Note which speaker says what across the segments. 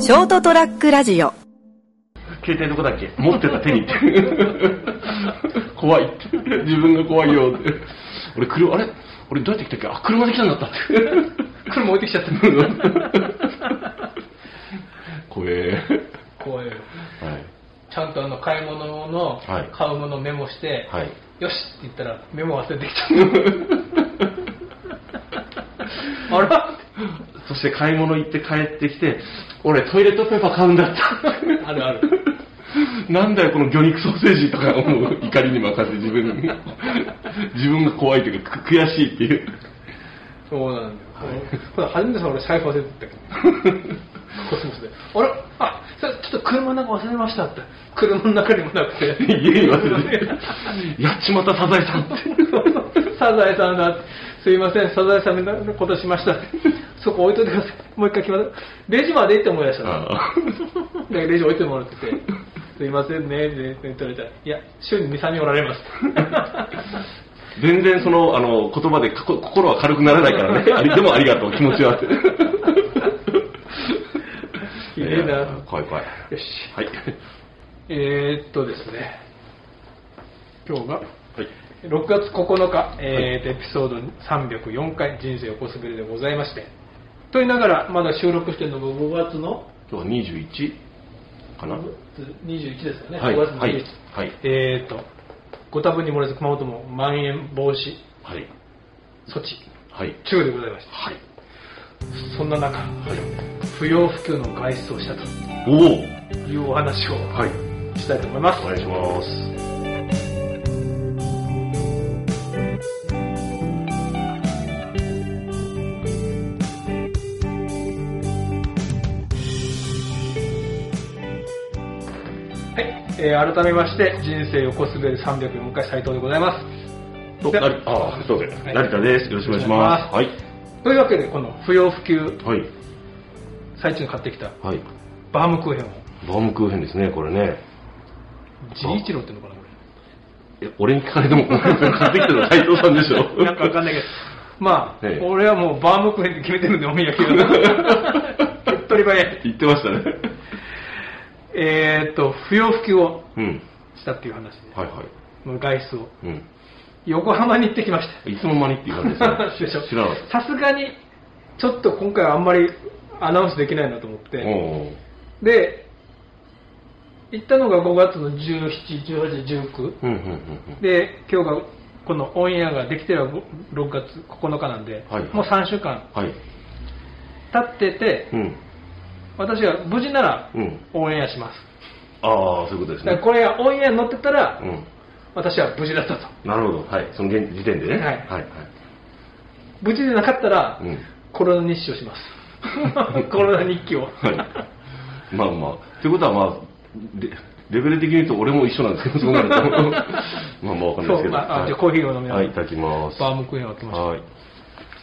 Speaker 1: ショートトラックラジオ
Speaker 2: 携帯どこだっけ持ってた手に って怖いって自分が怖いよって俺車あれ俺どうやって来たっけあ車で来たんだったって 車置いてきちゃった 怖え
Speaker 3: こうい
Speaker 2: は
Speaker 3: う
Speaker 2: い
Speaker 3: ちゃんとあの買い物の
Speaker 2: はい
Speaker 3: 買うものメモして、
Speaker 2: はい
Speaker 3: よしって言ったらメモ忘れてき たあら
Speaker 2: そして買い物行って帰ってきて俺トイレットペーパー買うんだった
Speaker 3: あるある
Speaker 2: なんだよこの魚肉ソーセージとか思う怒りに任せて自分に自分が怖いというかく悔しいっていう
Speaker 3: そうなんだよ、
Speaker 2: はい
Speaker 3: これ初めてさ俺財布忘れてったけどコスモスであれあそれちょっと車の中忘れましたって車の中にもなくて
Speaker 2: 家に忘れてやっちまったサザエさんって
Speaker 3: サザエさんだってすいませんサザエさんのことしましたってそこ置いといてくださいもう一回決まるレジまでって思い出したの
Speaker 2: あ
Speaker 3: だからレジ置いてもらっててすいませんねって言われたらいや週に23人おら れます
Speaker 2: ー全然そのあの言葉でかこ心は軽くならないからねあ りでもありがとう気持ちはって
Speaker 3: いいな
Speaker 2: や怖い怖い
Speaker 3: よし
Speaker 2: はい
Speaker 3: えー、っとですね今日が
Speaker 2: はい
Speaker 3: 6月9日、えーとエピソード304回「人生横滑り」でございましてと言いながらまだ収録してるのが5月の
Speaker 2: 今日は21かな
Speaker 3: 21ですかね、
Speaker 2: はい
Speaker 3: 5月の
Speaker 2: はい
Speaker 3: 21、
Speaker 2: はい
Speaker 3: えー、とご多分に漏れず熊本もまん延防止
Speaker 2: はい
Speaker 3: 措置
Speaker 2: はい
Speaker 3: 中でございました
Speaker 2: はい
Speaker 3: そんな中、不要不急の外出をしたと
Speaker 2: おお
Speaker 3: いうお話を
Speaker 2: はい
Speaker 3: したいと思います
Speaker 2: お願いします
Speaker 3: はい、えー改めまして人生横滑り304回斉藤でございます
Speaker 2: と
Speaker 3: で
Speaker 2: なりあーそうです
Speaker 3: はい
Speaker 2: 成田ですよろしくお願いしますはい
Speaker 3: というわけでこの不要不急
Speaker 2: はい
Speaker 3: 最中に買ってきた
Speaker 2: はい
Speaker 3: バームクーヘンを
Speaker 2: バームクーヘンですねこれね
Speaker 3: ジリ一郎っていうのかなこ
Speaker 2: え俺に聞かれても困るから買ってきたの斎藤さんでしょ
Speaker 3: れなんかわかんないけどまあ、
Speaker 2: ええ
Speaker 3: 俺はもうバームクーヘンって決めてるんでお土産が手っ取り早い
Speaker 2: 言ってましたね
Speaker 3: えーっと不要不急を
Speaker 2: うん
Speaker 3: したっていう話で
Speaker 2: はいはい
Speaker 3: もう外出を
Speaker 2: うん
Speaker 3: 横浜に行ってきました
Speaker 2: いつの間にっていう感じで
Speaker 3: ですしょ
Speaker 2: ね。知らなかっ。
Speaker 3: さすがにちょっと今回はあんまりアナウンスできないなと思ったて
Speaker 2: おう
Speaker 3: で行ったのが5月の171819
Speaker 2: うんうんうん
Speaker 3: で今日がこのオンエアができてるのが6月9日なんで、
Speaker 2: はい
Speaker 3: もう3週間
Speaker 2: うん。はい。
Speaker 3: 経ってて
Speaker 2: うん。
Speaker 3: 私が無事なら
Speaker 2: うん。
Speaker 3: オンエアします
Speaker 2: ああ、そういうことで
Speaker 3: だ
Speaker 2: す
Speaker 3: から
Speaker 2: ね。
Speaker 3: これがオンエアに載ってたら、
Speaker 2: う
Speaker 3: 私は無事だったと
Speaker 2: ん。なるほど。はい。その現時点でね。
Speaker 3: はい
Speaker 2: はい。
Speaker 3: 無事でなかったら、
Speaker 2: うん
Speaker 3: コロナ日記をし ますコロナ日記を、
Speaker 2: はい。 まあまあ。ということは、まあ、レレベル的に言うと俺も一緒なんですけど、そうな ると。まあまあわかんないです
Speaker 3: そ
Speaker 2: け
Speaker 3: う、
Speaker 2: ど。
Speaker 3: まあ、あ
Speaker 2: はい
Speaker 3: じゃあコーヒーを飲みなが
Speaker 2: は
Speaker 3: ら、
Speaker 2: い、いただきます。
Speaker 3: バームクーヘンを開けましょう
Speaker 2: はい。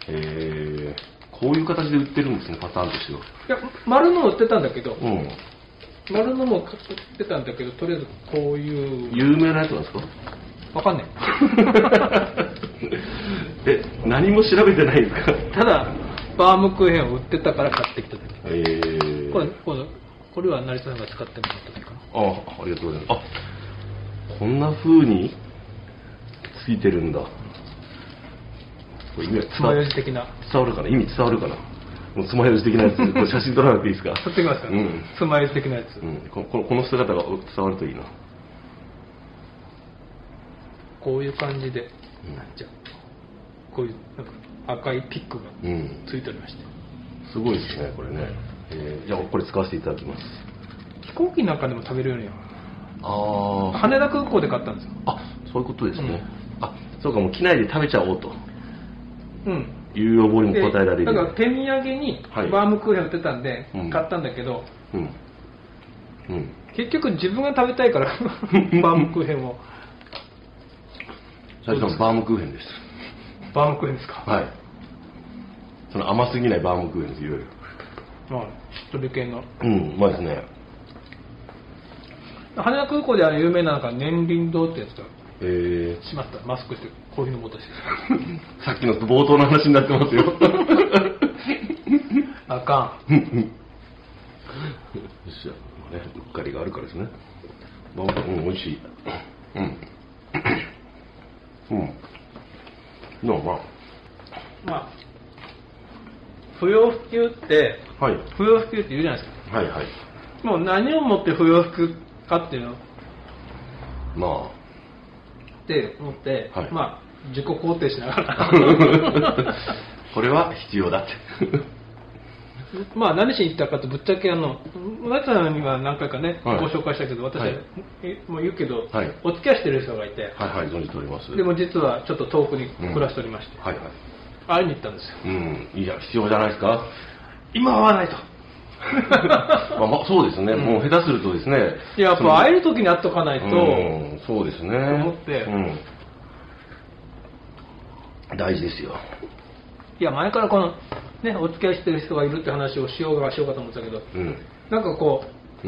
Speaker 2: えー、こういう形で売ってるんですね、パターンとしては。
Speaker 3: いや丸の売ってたんだけど
Speaker 2: うん。
Speaker 3: 丸のも買ってたんだけどとりあえずこういう
Speaker 2: 有名なやつなんですか
Speaker 3: わかんない
Speaker 2: え、何も調べてないんですか
Speaker 3: ただバームクーヘンを売ってたから買ってきただけ
Speaker 2: えー、
Speaker 3: これこれこれは成田さんが使ってもらった時かな
Speaker 2: あありがとうございますあこんな風についてるんだこれ意味は
Speaker 3: つ
Speaker 2: 伝
Speaker 3: ま
Speaker 2: わ
Speaker 3: ようじ的な
Speaker 2: 伝わるかな意味伝わるかなもうつまようじ的なや つこれ写真撮らなくていいですか
Speaker 3: 買ってきますか、
Speaker 2: うん
Speaker 3: つまようじ的なやつ、
Speaker 2: うん、ここのこの姿が伝わるといいな、
Speaker 3: こういう感じでじゃあこういうなんか赤いピックが
Speaker 2: うんうん、
Speaker 3: ついておりまして
Speaker 2: すごいですねこれね、えーじゃあこれ使わせていただきます
Speaker 3: 飛行機なんかでも食べれるように
Speaker 2: あ
Speaker 3: 羽田空港で買ったんですよ
Speaker 2: あそういうことですね、あそうかもう機内で食べちゃおうと
Speaker 3: うん
Speaker 2: いう要望にも応えられる
Speaker 3: でなんか手土産に
Speaker 2: はい
Speaker 3: バームクーヘン売ってたんで
Speaker 2: うん
Speaker 3: 買ったんだけど、
Speaker 2: うんうん
Speaker 3: 結局自分が食べたいから バームクーヘンを
Speaker 2: 最初のバームクーヘンです
Speaker 3: バームクーヘンですか
Speaker 2: はい。その甘すぎないバームクーヘンです、いわゆる。
Speaker 3: はいそれ系の
Speaker 2: うん、うまいですね。
Speaker 3: 羽田空港であの有名なのが年輪堂ってやつが
Speaker 2: え
Speaker 3: しまったマスクしてコーヒー飲もうとして
Speaker 2: ー、さっきの冒頭の話になってますよ。
Speaker 3: あかん
Speaker 2: ですよ、ね、うっかりがあるからですねまあ、うん、美味しいうんうんのま
Speaker 3: まあ、不要不急って、
Speaker 2: あはい
Speaker 3: 不要不急って言うじゃないです
Speaker 2: はいはい
Speaker 3: か。もう何をもって不要不急かっていうのっ
Speaker 2: まあ
Speaker 3: て思って、
Speaker 2: はい
Speaker 3: まあ、自己肯定しながら。
Speaker 2: これは必要だって
Speaker 3: まあ、何しに行ったかとぶっちゃけあの、村田さんには何回かね、
Speaker 2: はい
Speaker 3: ご紹介したけど、私、
Speaker 2: はい
Speaker 3: えもう言うけど、
Speaker 2: はい
Speaker 3: お付き合いしてる人がいて、
Speaker 2: はいはい存じております
Speaker 3: でも実はちょっと遠くに
Speaker 2: うん
Speaker 3: 暮らしておりまして、
Speaker 2: はいはい
Speaker 3: 会いに行ったんですよ。
Speaker 2: うんいや必要じゃないですか
Speaker 3: 今会わないと。
Speaker 2: まあ、まあ、そうですね、もう下手するとですね
Speaker 3: い ややっぱ会える時に会っとかないと、
Speaker 2: うん、そうですね
Speaker 3: 思って
Speaker 2: うん、大事ですよ
Speaker 3: いや、前からこの、ね、お付き合いしてる人がいるって話をしようがしようかと思ってたけど、
Speaker 2: うんん
Speaker 3: なんかこう、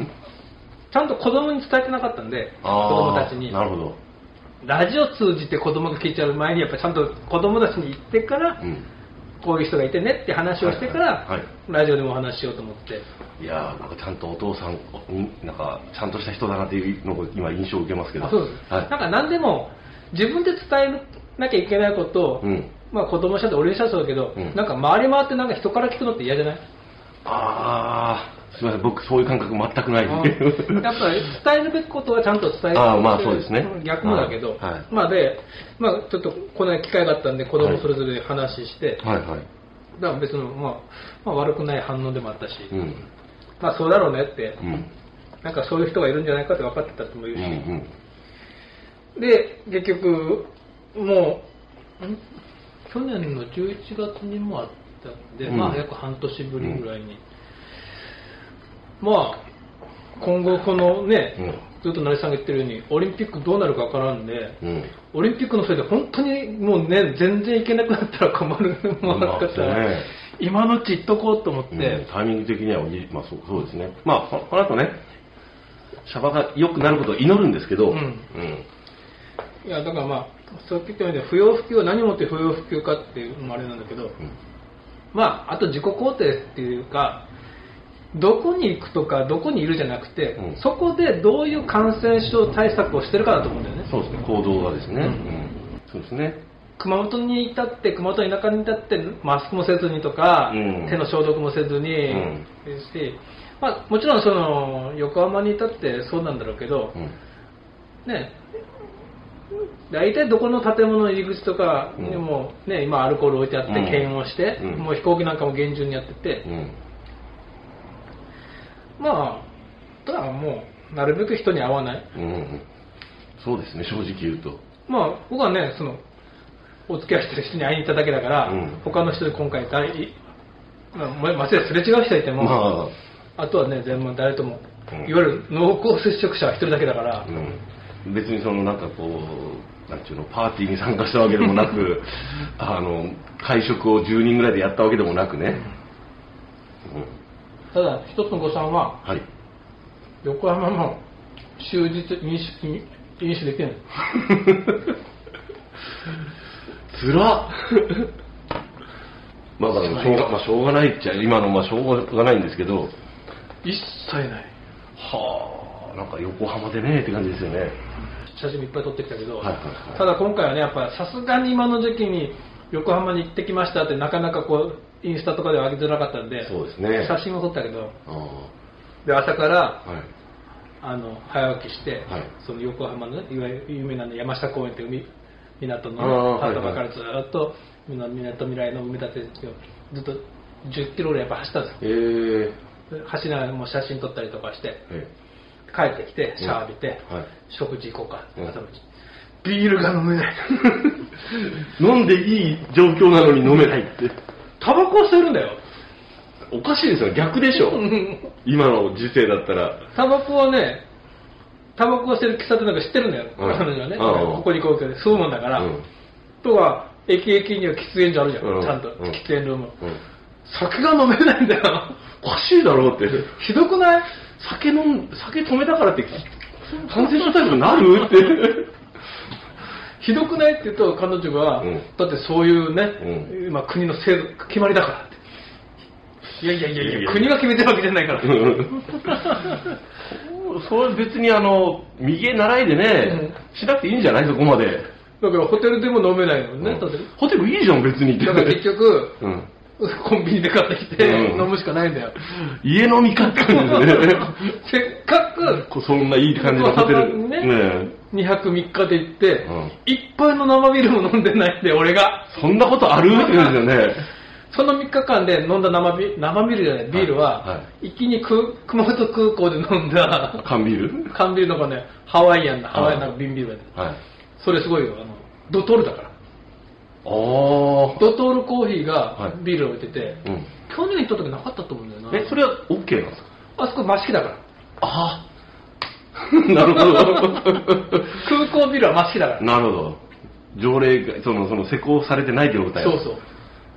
Speaker 3: ちゃんと子供に伝えてなかったんで、子
Speaker 2: あー
Speaker 3: 供たちに。
Speaker 2: なるほど、
Speaker 3: ラジオ通じて子供が聞いちゃう前に、やっぱちゃんと子供たちに言ってから
Speaker 2: う、ん、
Speaker 3: こういう人がいてねって話をしてか
Speaker 2: はいはい
Speaker 3: ら
Speaker 2: は、
Speaker 3: ラジオでもお話ししようと思って。
Speaker 2: いやーなんかちゃんとお父さんうんなんかちゃんとした人だなっていうのを今印象を受けますけど
Speaker 3: あそうです。
Speaker 2: は
Speaker 3: なんか何でも、自分で伝えなきゃいけないことを
Speaker 2: い、う、ん、
Speaker 3: まあ子供したって俺にしたらそうだけど
Speaker 2: うん、
Speaker 3: なんか回り回ってなんか人から聞くのって嫌じゃない
Speaker 2: ああすみません僕そういう感覚全くないんで
Speaker 3: うんやっぱり伝えるべきことはちゃんと伝えて
Speaker 2: あーまあそうですね
Speaker 3: ん逆もだけど、
Speaker 2: はいはい
Speaker 3: まあで、まあちょっとこの間機会があったんで、子供それぞれ話して、
Speaker 2: はいはい
Speaker 3: だから別に、まあ、まあ悪くない反応でもあったし、
Speaker 2: うん
Speaker 3: まあそうだろうねって、
Speaker 2: うん
Speaker 3: なんかそういう人がいるんじゃないかって分かってたとも言う
Speaker 2: うんうん
Speaker 3: し、で、結局、もう、ん去年の11月にもあったんで、
Speaker 2: うん
Speaker 3: まあ約半年ぶりぐらいに、まあ、今後このね、
Speaker 2: うん
Speaker 3: ずっと成さんが言ってるように、オリンピックどうなるか分からんで、
Speaker 2: うん
Speaker 3: オリンピックのせいで本当にもうね、全然行けなくなったら困るもんなかった
Speaker 2: まあ
Speaker 3: ら、
Speaker 2: ね
Speaker 3: 今のうち行っとこうと思って、
Speaker 2: うんタイミング的にはおじ、まあ、そうそうですね、まあ、ここの後ね、シャバが良くなることを祈るんですけど、
Speaker 3: うん
Speaker 2: うん
Speaker 3: いやだからまあ、そう言ってみて、不要不急、何をもって不要不急かっていうのもあれなんだけど、まあ、あと自己肯定っていうか、どこに行くとか、どこにいるじゃなくて、
Speaker 2: うん
Speaker 3: そこでどういう感染症対策をしてるかだと思うんだよね。
Speaker 2: そうですね、行動がですね、
Speaker 3: うん
Speaker 2: うんそうですね、
Speaker 3: 熊本にいたって、熊本の田舎にいたって、マスクもせずにとか、
Speaker 2: うん
Speaker 3: 手の消毒もせずに、
Speaker 2: ん
Speaker 3: ですし、まあ、もちろんその横浜にいたってそうなんだろうけど
Speaker 2: う、ん
Speaker 3: ね、大体どこの建物の入り口とかにも、ね今、アルコール置いてあっ
Speaker 2: う
Speaker 3: て、
Speaker 2: ん
Speaker 3: 検温をして、
Speaker 2: うん
Speaker 3: もう飛行機なんかも厳重にやってて、
Speaker 2: うん
Speaker 3: まあ、ただもう、なるべく人に会わない。
Speaker 2: うんうん、そうですね、正直言うと、
Speaker 3: まあ、僕はね、その、お付き合いしてる人に会いに行っただけだから、
Speaker 2: うん
Speaker 3: 他の人で今回誰、いまあ、もましてやすれ違う人いても、
Speaker 2: ま
Speaker 3: あ、とはね、全部誰とも、
Speaker 2: うん
Speaker 3: いわゆる濃厚接触者は一人だけだから、
Speaker 2: あ、うん、別にそのなんかこう、なんちゅうの、パーティーに参加したわけでもなく、あの会食を10人ぐらいでやったわけでもなくね、うん、
Speaker 3: ただ、一つの誤算は、
Speaker 2: はい、
Speaker 3: 横浜も終日飲酒飲飲酒できない。
Speaker 2: つらっまあだからしょうが、まあ、しょうがないっちゃ今のまあしょうがないんですけど
Speaker 3: 一切ない。
Speaker 2: はあなんか横浜でねって感じですよね
Speaker 3: 写真もいっぱい撮ってきたけど、
Speaker 2: はいはいはい
Speaker 3: ただ今回はね、やっぱさすがに今の時期に横浜に行ってきましたって、なかなかこう、インスタとかでは上げづらかったんで、
Speaker 2: そうですね
Speaker 3: 写真を撮ったけど、
Speaker 2: あ
Speaker 3: で朝から
Speaker 2: あはい
Speaker 3: あの早起きして、
Speaker 2: はい
Speaker 3: その横浜のね、いわゆる有名な、ね、山下公園って海港のね、
Speaker 2: ああはいはい
Speaker 3: 波止場からずっと、みなみなとみらいの埋め立て地をずっと10キロぐらいやっぱ走ったんですよ。
Speaker 2: えー、
Speaker 3: 走りながらもう写真撮ったりとかして、
Speaker 2: え
Speaker 3: 帰ってきて、シャワー浴びて、
Speaker 2: はい
Speaker 3: 食事行こうか、
Speaker 2: うん
Speaker 3: 朝飯ビールが飲めない。
Speaker 2: 飲んでいい状況なのに飲めないって
Speaker 3: タバコを捨てるんだよ。
Speaker 2: おかしいですよ逆でしょ今の時世だったら
Speaker 3: タバコはね、タバコを捨てる喫茶店なんか知ってるんだよ、
Speaker 2: うん
Speaker 3: 彼女はね。
Speaker 2: うん
Speaker 3: ここに行こうけど、そうもんだから。
Speaker 2: うん
Speaker 3: とは、駅駅には喫煙所あるじゃん、
Speaker 2: うん
Speaker 3: ちゃんと。
Speaker 2: うん
Speaker 3: 喫煙ルーム。
Speaker 2: うん
Speaker 3: 酒が飲めないんだよ。
Speaker 2: おかしいだろうって
Speaker 3: ひどくない
Speaker 2: 酒飲ん酒止めたからって感染症対策なるって
Speaker 3: ひどくないって言うと、彼女が、
Speaker 2: うん
Speaker 3: だってそういうね、まあ、国の制度、決まりだからって。いやいやいやいや
Speaker 2: いやいや
Speaker 3: 国が決めてるわけじゃな いから、
Speaker 2: うんそう別にあの右へ習いでね、しなくていいんじゃないそこまで、
Speaker 3: だからホテルでも飲めないもんね、
Speaker 2: うん
Speaker 3: ホテル
Speaker 2: ホテルいいじゃん別にって
Speaker 3: だから結局
Speaker 2: うん、
Speaker 3: コンビニで買ってきて
Speaker 2: うん
Speaker 3: 飲むしかないんだよ、
Speaker 2: 家飲みかって感じですね
Speaker 3: せっかく
Speaker 2: こうそんないい感じのホテル
Speaker 3: ね2泊3日で行って、
Speaker 2: うん
Speaker 3: 一杯の生ビールも飲んでないんで俺が
Speaker 2: そんなことあるって言うんですよね
Speaker 3: その3日間で飲んだ生ビ生ビールじゃないビールは、
Speaker 2: はいは
Speaker 3: 一気にく熊本空港で飲んだ
Speaker 2: 缶ビール
Speaker 3: 缶ビールのこねハワイアンなハワイアンな瓶ビールだよ
Speaker 2: はい
Speaker 3: それすごいよあのドトールだか
Speaker 2: あ
Speaker 3: ら
Speaker 2: あ
Speaker 3: ドトールコーヒー
Speaker 2: は
Speaker 3: が
Speaker 2: い
Speaker 3: ビールを置いてて、
Speaker 2: うん
Speaker 3: 去年行った時なかったと思うんだよな
Speaker 2: えそれは OK なんですか
Speaker 3: あそこ真式だ から
Speaker 2: ああなるほど
Speaker 3: 空港ビルは真式だから
Speaker 2: なるほど条例がそのその施行されてない状態
Speaker 3: そうそう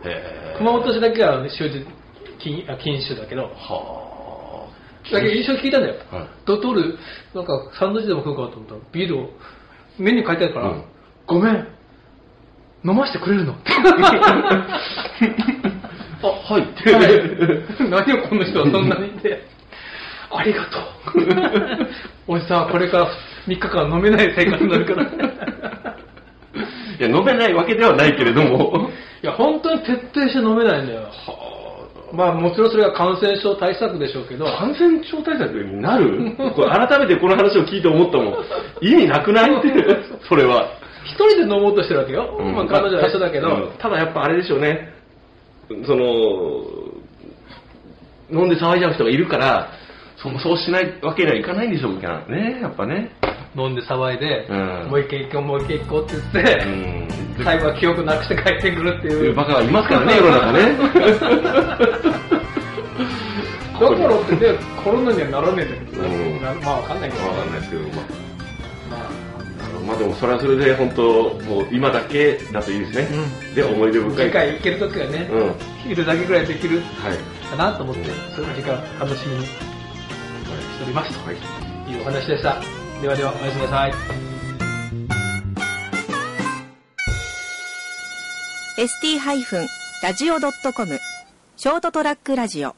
Speaker 2: へえ
Speaker 3: 熊本市だけは終日禁あ禁酒だけど
Speaker 2: は
Speaker 3: だけど印象聞いたんだよ、
Speaker 2: はい
Speaker 3: ドトールなんかサンドイッチでも食うかと思ったらビールをメニュー書いてあるから、
Speaker 2: うん
Speaker 3: ごめん飲ましてくれ るの
Speaker 2: あはい
Speaker 3: 何をこの人はそんなにってありがとう 俺さこれから3日間飲めない生活になるから
Speaker 2: いや飲めないわけではないけれども
Speaker 3: いや本当に徹底して飲めないんだよまあもちろんそれは感染症対策でしょうけど
Speaker 2: 感染症対策になるこれ改めてこの話を聞いて思ったもん意味なく ないってそれは、
Speaker 3: 一人で飲もうとしてるわけよ、
Speaker 2: うん
Speaker 3: まあ、彼女は一緒だけど、
Speaker 2: うんただやっぱあれでしょうねその飲んで騒いじゃう人がいるからそのそうしないわけにはいかないんでしょうみたいなねやっぱね
Speaker 3: 飲んで騒いで、
Speaker 2: うん
Speaker 3: もう一軒行こうもう一軒行こうって言って、
Speaker 2: うん
Speaker 3: 最後は記憶なくして帰ってくるって
Speaker 2: そう
Speaker 3: い
Speaker 2: いううバカがいますからね世の 中ね
Speaker 3: だからってねコロナにはならねえんだけど、
Speaker 2: うん
Speaker 3: なまあわかんないけど、
Speaker 2: わかんないですけどまあ
Speaker 3: まあ
Speaker 2: あのまあでもそれはそれで本当もう今だけだといいですね、
Speaker 3: う
Speaker 2: で思い出深い
Speaker 3: 次回行ける時はね、
Speaker 2: うんはい
Speaker 3: いるだけぐらいできるかなと思って、
Speaker 2: うん
Speaker 3: それも時間楽しみにしております
Speaker 2: はい
Speaker 3: というお話でしたではではおやすみなさい
Speaker 1: ST-radio.com ショートトラックラジオ